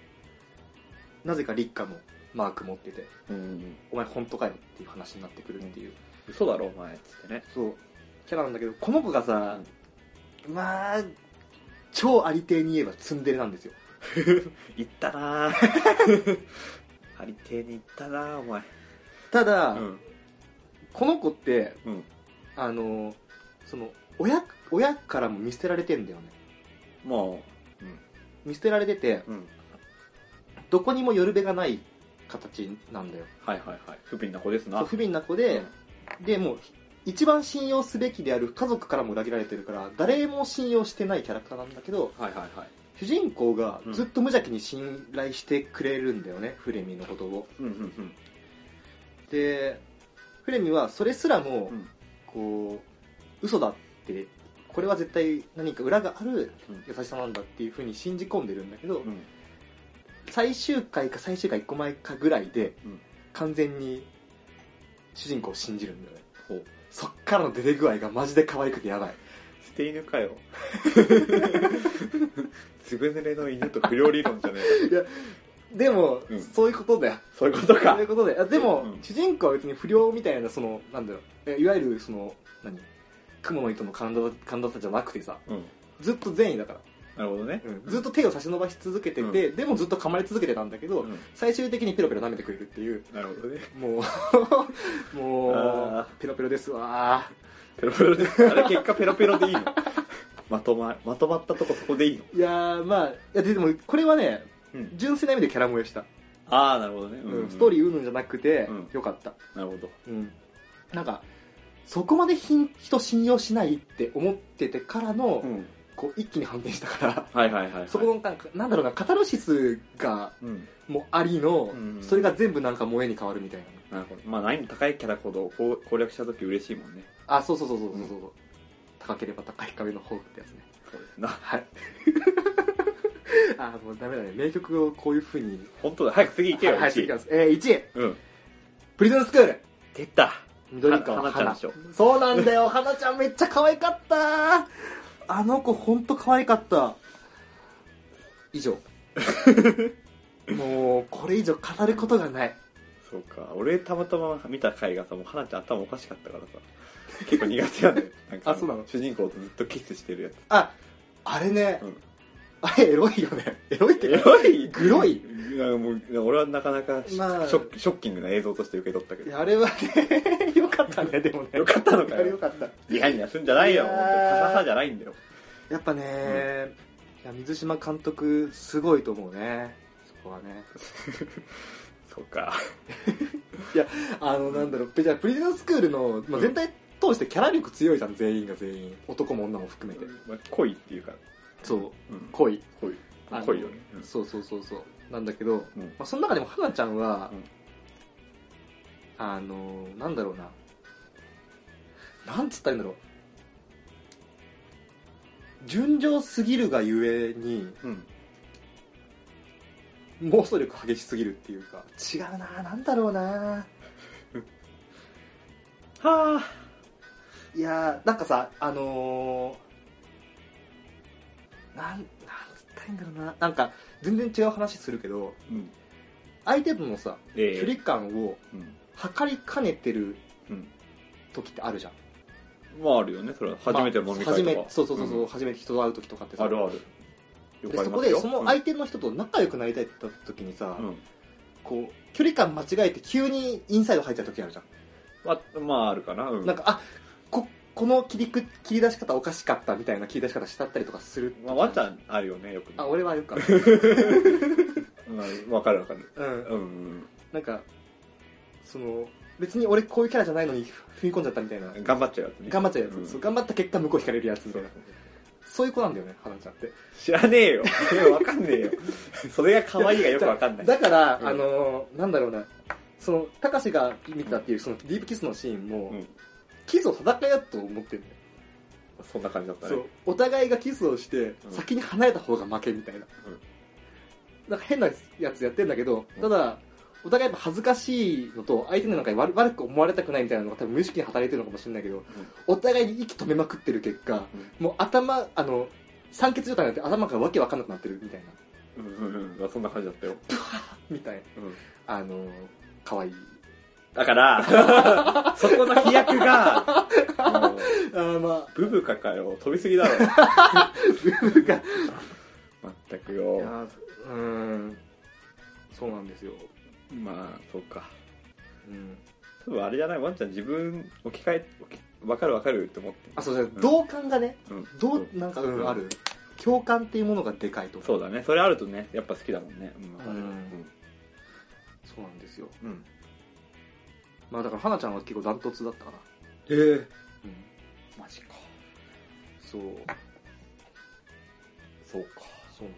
C: なぜか立夏のマーク持ってて、
D: うん。うんうん。
C: お前本当かよっていう話になってくるっていう、
D: 嘘だろ、お前。つってね。
C: そう、キャラなんだけど、この子がさ、まあ、超ありていに言えばツンデレなんですよ。
D: 行ったなぁ。 ハリテに行ったなぁ、お前。
C: ただ、
D: うん。
C: この子って、
D: うん。
C: あのその親親からも見捨てられてんだよね
D: まあ、
C: 見捨てられてて
D: うん。
C: どこにも寄るべがない形なんだよ
D: はいはいはい。不憫な子です
C: そう
D: な。
C: 不憫な子で、でもう一番信用すべきである家族からも裏切られてるから誰も信用してないキャラクターなんだけど
D: はいはいはい。
C: 主人公がずっと無邪気に信頼してくれるんだよね、フレミのことを
D: うんうん
C: でフレミはそれすらも、
D: うん
C: こう嘘だってこれは絶対何か裏がある
D: うん
C: 優しさなんだっていうふうに信じ込んでるんだけど、
D: うん。
C: 最終回か最終回1個前かぐらいで、
D: うん
C: 完全に主人公を信じるんだよね
D: ほう。
C: そっからの出て具合がマジで可愛くてやばい
D: 捨て犬かよ。つぶ濡れの犬と不良理論じゃねえか。
C: でも、
D: うん
C: そういうことだよ
D: そういうことか
C: そういう。ことであでも、
D: うん
C: 主人公は別に不良みたいなそのなんだろうえいわゆるその何雲の糸の神田神田さんじゃなくてさ
D: うん。
C: ずっと善意だから
D: なるほどね。
C: うんずっと手を差し伸ばし続けてて、でもずっと噛まれ続けてたんだけど、
D: うん
C: 最終的にペロペロ舐めてくれるっていう
D: なるほどね。
C: もう もう
D: あ
C: ペロペロですわ
D: ペロペロで。あれ結果ペロペロでいいのまとま、まとまったとこそこでいいの
C: いやーまあいやでもこれはね
D: うん。
C: 純粋な意味でキャラ萌えした、
D: ああ、なるほどね。
C: うんストーリ
D: ー。
C: ーうんぬんじゃなくて、
D: うん
C: よかった、
D: なるほど。
C: うん、なんかそこまでひん人信用しないって思っててからの、
D: ん。
C: こう一気に反転したから
D: はいはいはいはい。
C: そこのなんかなんだろうなカタルシスが
D: うん。
C: もうありの、
D: うん
C: それが全部なんか萌えに変わるみたいな
D: なるほど。まあ、難易度高いキャラほどこう攻略した時嬉しいもんね。
C: あそうそうそうそうそうそう、高ければ高い壁の方ってやつね
D: な、
C: はいあもうダメだね名曲をこういうふうに
D: 本当だ。早く次行けよ。
C: はいはい
D: 1
C: 次
D: 位
C: いきますえー、1位
D: うん。
C: プリズンスクール
D: 出た。
C: 緑川
D: は花ちゃんで
C: そうなんだよ花ちゃんめっちゃ可愛かったあの子ほんと可愛かった以 上もうこれ以上語ることがない
D: そうか。俺たまたま見た回がさ、もう花ちゃん頭おかしかったからさ。結構苦手なんだ よ。なんか
C: あそうなの
D: 主人公とずっとキスしてるやつ。
C: ああれね、
D: うん
C: あれエロいよねエロいって
D: エ
C: か
D: ロい
C: グロい
D: やもう俺はなかなかシ,、
C: まあ
D: ショッショッキングな映像として受け取ったけ
C: い
D: ど
C: やあれはね よかったねでもね
D: よかったのかよ
C: あれよかった
D: ニヤニヤすんじゃないよ
C: い
D: 本
C: や
D: 当
C: ー
D: カササじゃないんだよ
C: やっぱね、いや水島監督すごいと思うねそこはね
D: そうか
C: あのなんだろうじゃあプリズンスクールの、まあ、全体通してキャラ力強いじゃん全員が全員男も女も含めて
D: まあ恋っていうか、
C: そう
D: うん、
C: 恋
D: 恋
C: あの
D: 恋よね、うん
C: そうそうそうそうなんだけど、
D: うん
C: まあ、その中でも花ちゃんは、
D: うん
C: あのなんだろうななんつったらいいんだろう純情すぎるがゆえに
D: うん
C: 妄想力激しすぎるっていうか違うななんだろうな
D: はあ
C: いやーなんかさあのーなんなんつったらいいんだろうななんか全然違う話するけど
D: うん
C: 相手とのさ距離
D: え
C: 感を
D: ー
C: 測りかねてる
D: うん
C: 時ってあるじゃん
D: うん、まああるよねそれは初めての飲み
C: まあ
D: 会と
C: 初
D: か、
C: めそうそうそうそう、
D: ん
C: 初めて人と会う時とかってさ
D: あるあるよ
C: で
D: く
C: そ
D: あり
C: こ
D: ます
C: で
D: よ
C: その相手の人と仲良くなりたいって言った時にさ、
D: うん、うん
C: こう距離感間違えて急にインサイド入っちゃう時あるじゃん、
D: まあ、まああるかな,、うん、
C: なんかあここの切りく切り出し方おかしかったみたいな切り出し方したったりとかする
D: まあ、ワンちゃんあるよねよくね
C: あ俺はよくある
D: うんわかるわかる
C: うん
D: うんうん
C: なんかその別に俺こういうキャラじゃないのに踏み込んじゃったみたいな
D: うん頑張っちゃうやつね
C: 頑張っちゃうやつ、
D: うん
C: そう頑張った結果向こう引かれるやつみた
D: そ
C: いうなそういう子なんだよね花ちゃんって
D: 知らねえよ。わかんねえよ。 それが可愛いがよくわかんない。
C: だから、
D: うん
C: あのーなんだろうなそのたかしが見たっていうそのディープキスのシーンも、
D: うん
C: キスを戦いだと思ってるんだよ、
D: そんな感じだったね
C: そ。うお互いがキスをして、
D: うん
C: 先に離れた方が負けみたいな,、
D: うん
C: なんか変なやつやってんだけど
D: うん
C: ただお互いやっぱ恥ずかしいのと相手のなんか悪悪く思われたくないみたいなのが多分無意識に働いてるのかもしれないけど、お互いに息止めまくってる結果、もう頭あの酸欠状態になって頭がわけわかんなくなってるみたいな
D: うんうんうん。そんな感じだったよ。
C: みたいな
D: うん
C: あのー可愛い
D: だから、そこの飛躍が、もう
C: あーまあ
D: ブブカかよ。飛びすぎだろ。
C: ブブカい
D: まったくよ。
C: やうーんそうなんですよ、
D: まあ、そうか。
C: うん、
D: 多分あれじゃないワンちゃん自分置き換え、置きわかるわかるって思って。
C: あそうじゃ同感がね
D: うん。
C: どうなんか、うん、ある共感っていうものがでかいと
D: そうだね。それあるとね、やっぱ好きだもんね。うんわか
C: う
D: る
C: ん
D: うん
C: そうなんですよ
D: うん。
C: まあだから花ちゃんは結構ダントツだったかな
D: ええ。
C: うん
D: マジか。
C: そう
D: そうか。
C: そうなん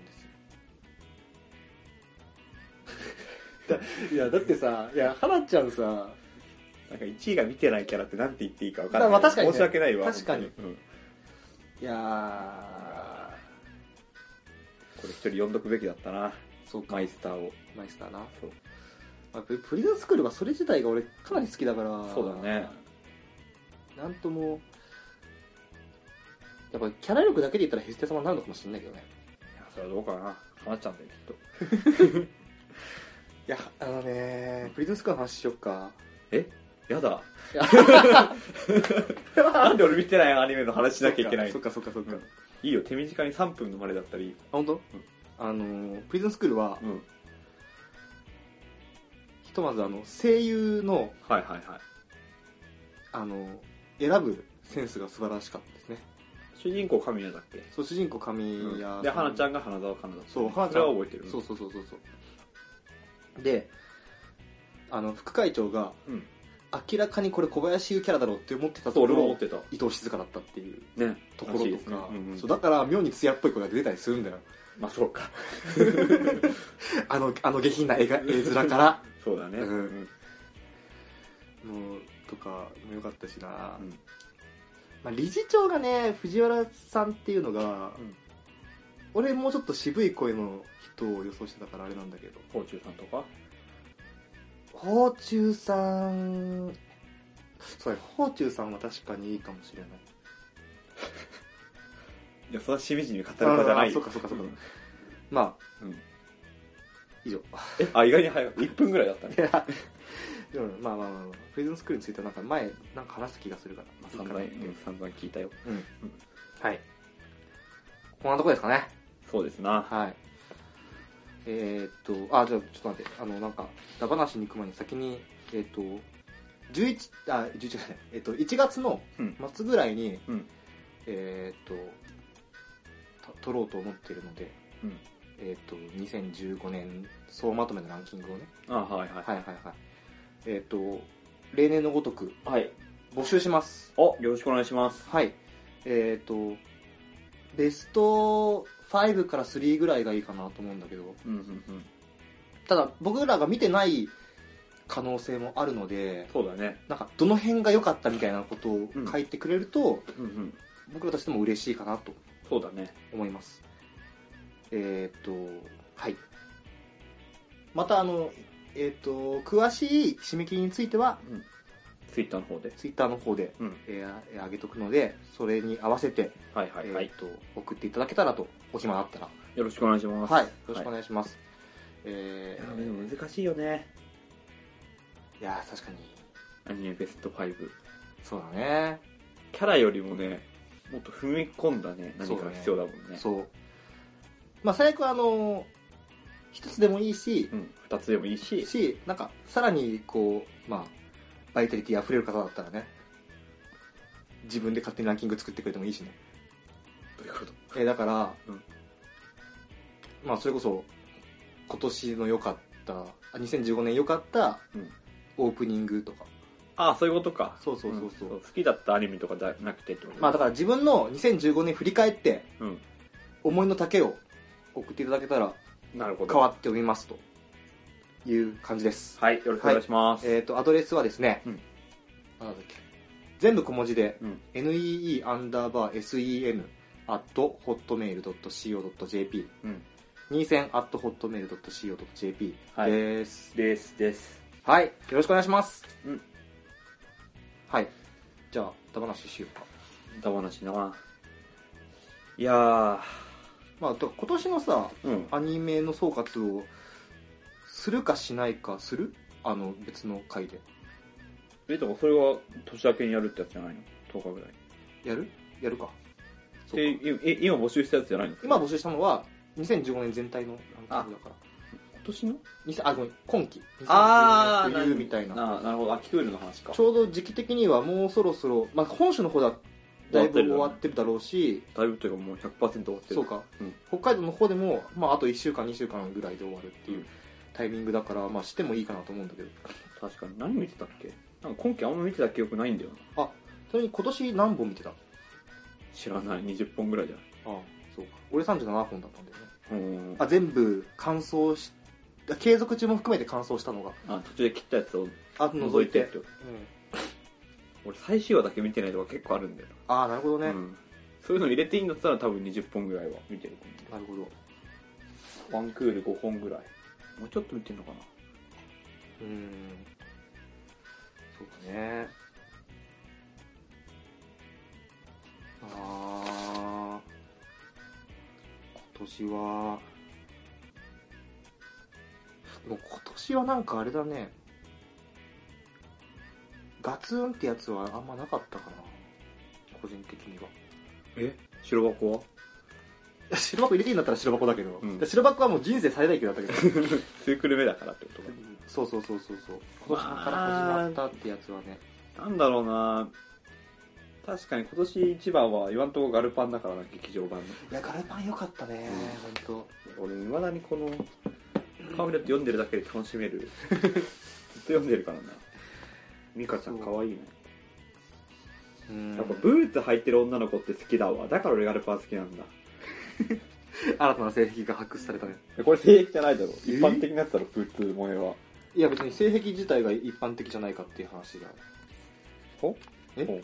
C: ですよいやだってさいや花ちゃんさ
D: なんか1位が見てないキャラってなんて言っていいか分からない。
C: まあ確かにね
D: 申し訳ないわ。
C: 確かに
D: 本当うん
C: いや
D: これ一人呼んどくべきだったな。
C: ーそうか
D: マイスターを。
C: マイスターな
D: そう
C: まあププリズンスクールはそれ自体が俺かなり好きだから
D: そうだね。
C: なんともやっぱキャラ力だけで言ったらヘステ様になるのかもしれないけどね
D: いや、それはどうかな。話っちゃうんだよ、きっと。
C: いやあのねプリズンスクールの話しよっか
D: え やだ
C: いや。
D: なんで俺見てないアニメの話しなきゃいけない
C: そっかそっかそっか、
D: うんいいよ手短に3分のまでだったらいいよ
C: 本当、あのープリズンスクールは、
D: うん
C: ひとまずあの声優の、
D: はいはいはい
C: あのー選ぶセンスが素晴らしかったですね
D: 主人公神谷だっけ
C: そう主人公神谷さん、
D: で花ちゃんが花澤香菜だった
C: そう花ちゃん
D: それは覚えてる
C: そうそうそうそうそうであの副会長が、
D: うん
C: 明らかにこれ小林優キャラだろうって思ってたとこ
D: 俺も思
C: ろ
D: ってた
C: 伊藤静香だったっていう
D: ね
C: ところ
D: らしい
C: と
D: ですね
C: か、
D: うんうん
C: そうだから妙に艶っぽい声が出てたりするんだよ
D: まあそうか
C: あのあの下品な絵が絵面 から
D: そうだね
C: うん
D: うん
C: もうとかも良かったしな、
D: うん
C: まあ、理事長がね藤原さんっていうのが、
D: うん
C: 俺もうちょっと渋い声の人を予想してたからあれなんだけど
D: 甲虫さんとか
C: 宝中さんそうだね宝中さんは確かにいいかもしれない
D: いやそれはしみじみ語るかじゃない
C: あー
D: よ
C: そうかそうかそうかまあ
D: うん
C: 以上
D: えあ意外に早い1分ぐらいだったね
C: いやでもまあまあまあ、まあ、プリズンスクールについてはなんか前なんか話した気がするから、まあ、
D: 散々、
C: いいかな
D: うん散々聞いたよ
C: うん、はいこんなとこですかね
D: そうですな
C: はい。えーっと、あ、じゃあちょっと待って、あの、なんか、ダバなしに行く前に先に、えーっと、11、あ、11じゃない、えーっと、1月の
D: うん
C: 末ぐらいに、
D: うん
C: えーっと、と撮ろうと思ってるので、
D: うん
C: えーっと、2015年総まとめのランキングをね、
D: あはいはい
C: はいはいはい。えーっと、例年のごとく
D: はい
C: 募集します。
D: およろしくお願いします
C: はい。えーっと、ベスト5から3ぐらいがいいかなと思うんだけど、
D: うんうんうん
C: ただ僕らが見てない可能性もあるので
D: そうだね
C: なんかどの辺が良かったみたいなことを書いてくれると、
D: うんうん
C: 僕らとしても嬉しいかなと
D: そうだね
C: 思いますえーっとはいまたあのえーっと詳しい締め切りについては
D: うんツイッターの方で
C: ツイッターの方で、
D: うん
C: えーえー上げとくのでそれに合わせて、
D: はいはいはい
C: えーっと送っていただけたらとお暇だったら
D: よろしくお願いします
C: はいよろしくお願いします、え
D: いやでも難しいよね
C: ーいやー確かに
D: アニメベスト5
C: そうだね
D: キャラよりもねもっと踏み込んだね
C: そ
D: 何
C: う
D: か
C: だね
D: が必要だもんね
C: そう。まあ、最悪はあの、一つでもいいし
D: う、ん2つでもいいし
C: し、なんか、さらに、こう、まあ、バイタリティ溢れる方だったらね、自分で勝手にランキング作ってくれてもいいしね。
D: ということ
C: えーだから、
D: うん
C: まあ、それこそ、今年の良かった、あ2015年良かった
D: うん、
C: オープニングとか。
D: ああそういうことか
C: そうそうそうそう。
D: ん好きだったアニメとかじゃなくてってこと
C: まあ、だから自分の2015年振り返って、
D: うん
C: 思いの丈を送っていただけたら、
D: なるほど
C: 変わっておりますという感じです。
D: はいよろしくお願いします、
C: えっ、と、アドレスはですね、
D: うん
C: なんだっけ全部小文字で、
D: うん
C: nee アンダーバー sem アット hotmail.co.jp
D: うん
C: 2000アット hotmail.co.jp
D: はい
C: です、
D: ですです
C: はい。よろしくお願いします。
D: うん
C: はい。じゃあ、ダ話しようか。
D: 歌話ないやー
C: まあ、だから今年のさ、
D: うん
C: アニメの総括をするかしないかするあの、別の回で。
D: えでもそれは年明けにやるってやつじゃないの10日ぐらい
C: やるやるか。そう
D: で
C: か
D: いえ今募集したやつじゃないの
C: 今
D: 今
C: 募集したのは、2015年全体のランキングだから。
D: 年の
C: 2000あ、ごめん、今期。
D: あ
C: 2015
D: あ
C: 年冬みたいな。
D: あーなるほど秋クールの話か
C: ちょうど時期的にはもうそろそろ、まあ、本州の方だ、だいぶ終わってるだろうし、
D: だいぶというかもう100%終わってる
C: そうか、
D: うん
C: 北海道の方でも、まあ、あと1週間、2週間ぐらいで終わるっていううんタイミングだから、まあ、してもいいかなと思うんだけど。
D: 確かに何見てたっけなんか今期あんま見てた記憶ないんだよな
C: あ、それに今年何本見てたあ
D: 知らない20本ぐらいじゃない
C: あ、そうか。俺37本だったんだよね。
D: うーん
C: あ、全部、完走し、あ継続中も含めて完走したのが、
D: あ途中で切ったやつを
C: あ、
D: 覗
C: 除
D: い
C: い
D: て
C: て。
D: ってこと
C: うん
D: 俺最終話だけ見てないとか結構あるんだよ
C: ああ、なるほど
D: な
C: ね。
D: うんそういうの入れていいんだったら多分20本ぐらいは見てると思う
C: なるほど。
D: ワンクール5本ぐらい。もうちょっと見てんのかな
C: うーん。そうだね。あー。今年は、でも今年はなんかあれだね。ガツンってやつはあんまなかったかな。個人的には。
D: え白箱は
C: 白箱入れていいんだったら白箱だけど、
D: うん
C: で白箱はもう人生最大級だったけど
D: ツークル目だからってことか
C: そうそうそうそうそう今年
D: まあ
C: から始まったってやつはね
D: なんだろうな確かに今年一番は言わんとこガルパンだからな劇場版の
C: いやガルパン良かったね、本
D: 俺未だにこのパンフレット読んでるだけで楽しめる ずっと読んでるからなミカちゃん可愛いね
C: 当うん
D: やっぱブーツ履いてる女の子って好きだわだから俺ガルパン好きなんだ
C: 新たな性癖が発掘されたね
D: これ正義じゃないだろ
C: え
D: 一般的なやつだろブーツ萌えはい
C: や別に性癖自体が一般的じゃないかっていう話が
D: ほ
C: え
D: ほ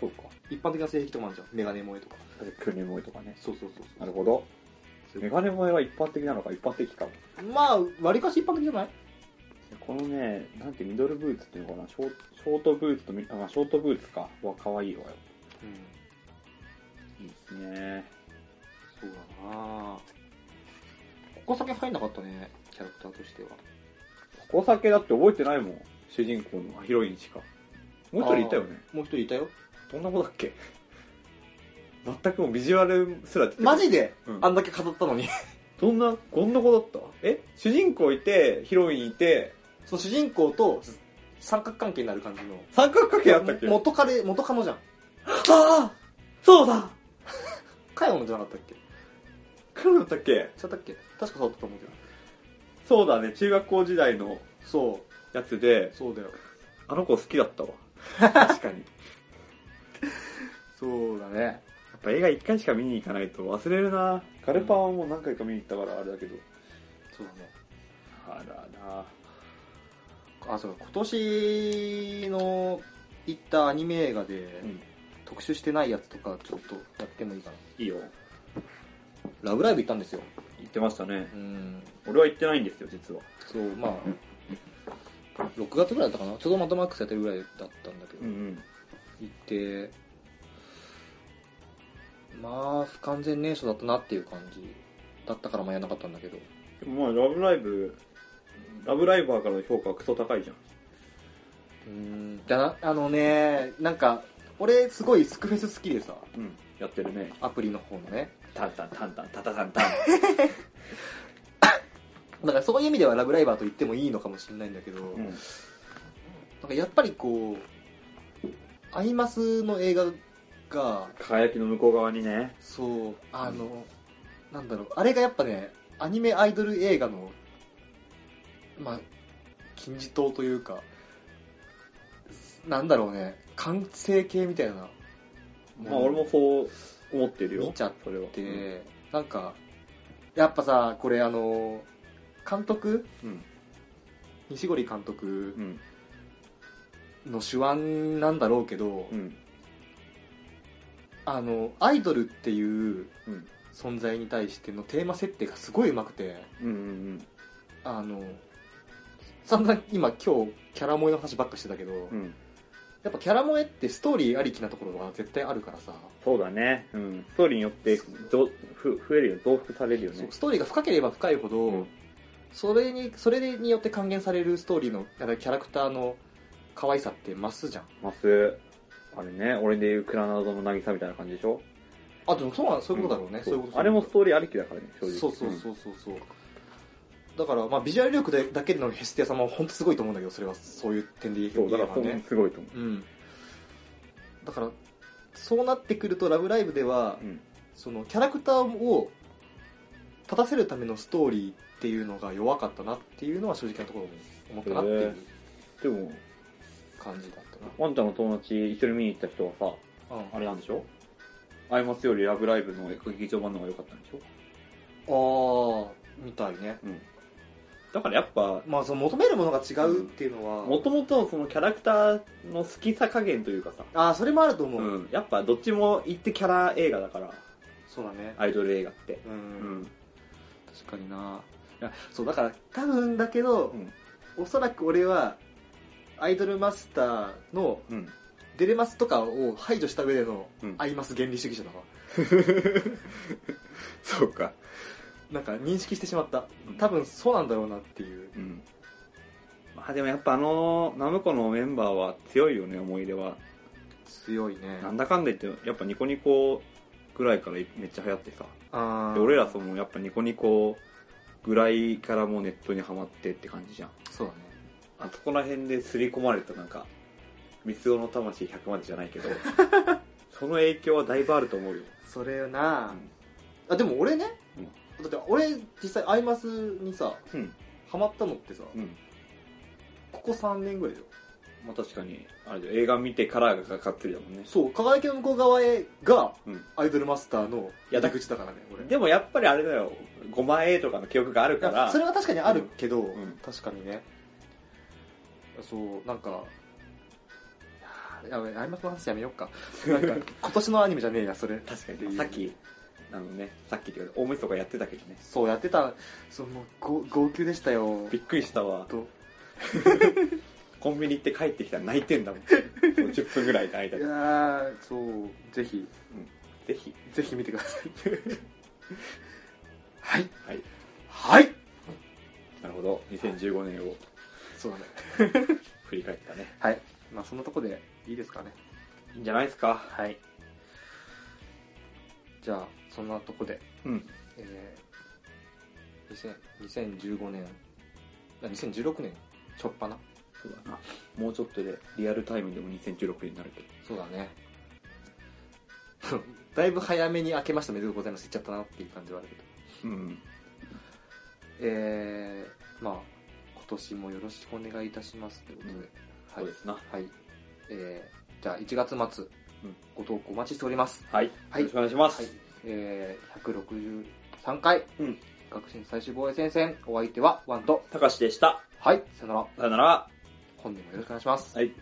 D: そうか
C: 一般的な性癖とかもあるじゃんメガネ萌えとか
D: 国萌えとかね
C: そうそうそうそう
D: なるほど
C: そうい
D: メ
C: うこ
D: ガネ萌えは一般的なのか一般的かも
C: とまあわりかし一般的じゃない
D: このねなんてミドルブーツっていうのかなショーショートブーツとミあまあショートブーツかは可愛いわよ
C: うん
D: いいですね
C: そうだなここ先入んなかったねキャラクターとしては
D: ここ酒だって覚えてないもん主人公のヒロインしかもう一人いたよね
C: もう一人いたよ
D: どんな子だっけ全くもうビジュアルすら出てこない
C: マジで、
D: うん
C: あんだけ飾ったのに
D: どんなどんな子だったえ主人公いてヒロインいて
C: そう主人公と三角関係になる感じの
D: 三角関係あったっけ
C: 元カレ元カノじゃん
D: ああそうだ
C: カヨンじゃなかったっけ違
D: 彼だったっけ
C: ったっけ確かそうだったと思うけど
D: そうだね中学校時代の
C: そ
D: やつで
C: うそうだよ
D: あの子好きだったわ確 かに
C: そうだね
D: やっぱ映画一回しか見に行かないと忘れるなカルパンはもう何回か見に行ったからあれだけど、
C: そうだね
D: あらな
C: あそう今年の行ったアニメ映画で、
D: うん
C: 特集してないやつとかちょっとやってもいいか
D: いいよ
C: なラブライブ行ったんですよ
D: 行ってましたね
C: うん
D: 俺は行ってないんですよ実は
C: そうまあ6月ぐらいだったかなちょうどマッドマックスやってるぐらいだったんだけど、
D: ん
C: 行ってまあ不完全燃焼だったなっていう感じだったからまあやんなかったんだけど
D: でもまあ「ラブライブ」「ラブライバー」からの評価はクソ高いじゃん
C: うんだなあのねなんか俺すごいスクフェス好きでさ
D: うんやってるね
C: アプリの方のね
D: タンタンタンタンタタタンタン
C: だからそういう意味では「ラブライバー」と言ってもいいのかもしれないんだけど、
D: うん
C: なんかやっぱりこうアイマスの映画が
D: 輝きの向こう側にね
C: そうあの、なんだろうあれがやっぱねアニメアイドル映画のまあ金字塔というかなんだろうね完成形みたいな
D: まあ俺もそう思ってるよ
C: 見ちゃって
D: それは
C: で、なんかやっぱさこれあの監督
D: うん
C: 西堀監督
D: うん
C: の手腕なんだろうけど、
D: うん
C: あのアイドルっていう
D: うん
C: 存在に対してのテーマ設定がすごいうまくて
D: うんうん
C: あの散々今今日キャラ萌えの話ばっかしてたけど、
D: うんうん
C: やっぱキャラ萌えってストーリーありきなところが絶対あるからさ、
D: そうだねうんストーリーによってどふ増えるよ増幅されるよ
C: そ
D: ね
C: うストーリーが深ければ深いほど、
D: うん
C: それにそれによって還元されるストーリーのあのキャラクターの可愛さって増すじゃん
D: ますあれね俺でいうクラナドの渚みたいな感じでしょ
C: あでもそうなんそういうことだろうね、そういうこと
D: あれもストーリーありきだからね正
C: そう
D: 直
C: そうそうそうそうそうだから、まあ、ビジュアル力でだけのヘスティアさんも本当すごいと思うんだけどそれはそういう点で言え
D: そうだから
C: ば
D: そ
C: ね
D: うすごいと思
C: うんだからそうなってくると「ラブライブ!」では
D: う、うん
C: そのキャラクターを立たせるためのストーリーっていうのが弱かったなっていうのは正直なところも思ったなっていう
D: でも
C: 感じだった
D: ワンちゃんの友達一緒に見に行った人はさ
C: な、
D: あれなんでしょアイマスよりラブライブの劇場版の方が良かったんでし
C: うん、
D: ょ
C: ああみたいね
D: うんだからやっぱ
C: まあその求めるものが違うっていうのは、
D: もともとそのキャラクターの好きさ加減というかさ
C: ああそれもあると思う、
D: うん、やっぱどっちも行ってキャラ映画だから
C: そうだね
D: アイドル映画って
C: うん、
D: うん
C: 確かにないやそうだから多分だけど、
D: うん
C: おそらく俺はアイドルマスターの
D: うん
C: デレマスとかを排除した上での
D: うん
C: アイマス原理主義者だわ、
D: そうか
C: なんか認識してしまった
D: うん
C: 多分そうなんだろうなっていう
D: うんまあでもやっぱあのナムコのメンバーは強いよね思い出は
C: 強いね
D: なんだかんだ言ってやっぱニコニコぐらいからめっちゃ流行ってさ
C: あ
D: で俺らそのやっぱニコニコぐらいからもうネットにはまってって感じじゃん
C: そうだね
D: あそこら辺で刷り込まれたなんか三つ男の魂100までじゃない けどその影響はだいぶあると思うよ、
C: それなあでも俺ね、だって俺実際アイマスにさ
D: うん
C: ハマったのってさ
D: うん
C: ここ3年ぐらいだよ
D: まあ、確かにあれじゃ映画見てからがかってるだもんね
C: そう輝きの向こう側へが
D: うん
C: アイドルマスターの
D: やだ
C: 入り口だからね俺
D: でもやっぱりあれだよ5万 A とかの記憶があるか
C: いや
D: ら
C: それは確かにあるけど、
D: ん
C: 確かにねそうなんかいややべアイマスの話やめよう かなんか今年のアニメじゃねえやそれ
D: 確か
C: ってい
D: に
C: う
D: さっきあのねさっきっていうか大晦日やってたけどね
C: そうやってたそうもうご号泣でしたよ
D: びっくりしたわ
C: と
D: コンビニ行って帰ってきたら泣いてんだもんもう10分ぐらいの間
C: い
D: に
C: やーそうぜひ
D: ぜひ
C: ぜひ見てください はい
D: はい
C: はい
D: なるほど2015年を
C: そうだね
D: 振り返ったね
C: はいまあそんなとこでいいですかね
D: いいんじゃないですか
C: はいじゃあそんなとこで
D: うん
C: えー、2000 2015年、あ2016年、ちょっぱな。
D: そうだなもうちょっとでリアルタイムでも2016年になるけど
C: そうだね。 だいぶ早めに明けましためでとうございます。言っちゃったなっていう感じはあるけど。
D: うん
C: えー、まあ、今年もよろしくお願いいたしますということで。
D: うん
C: は
D: そ
C: いう
D: で。すな
C: はい。えー、じゃあ1月末、
D: うん
C: ご投稿お待ちしております。
D: はい、
C: はい
D: よろしくお願いします、
C: はい。えー、163回、
D: うん
C: 学習最終防衛戦線、お相手はワンと、
D: たかしでした
C: はい、さよなら。
D: さよなら
C: 本年もよろしくお願いします。
D: はい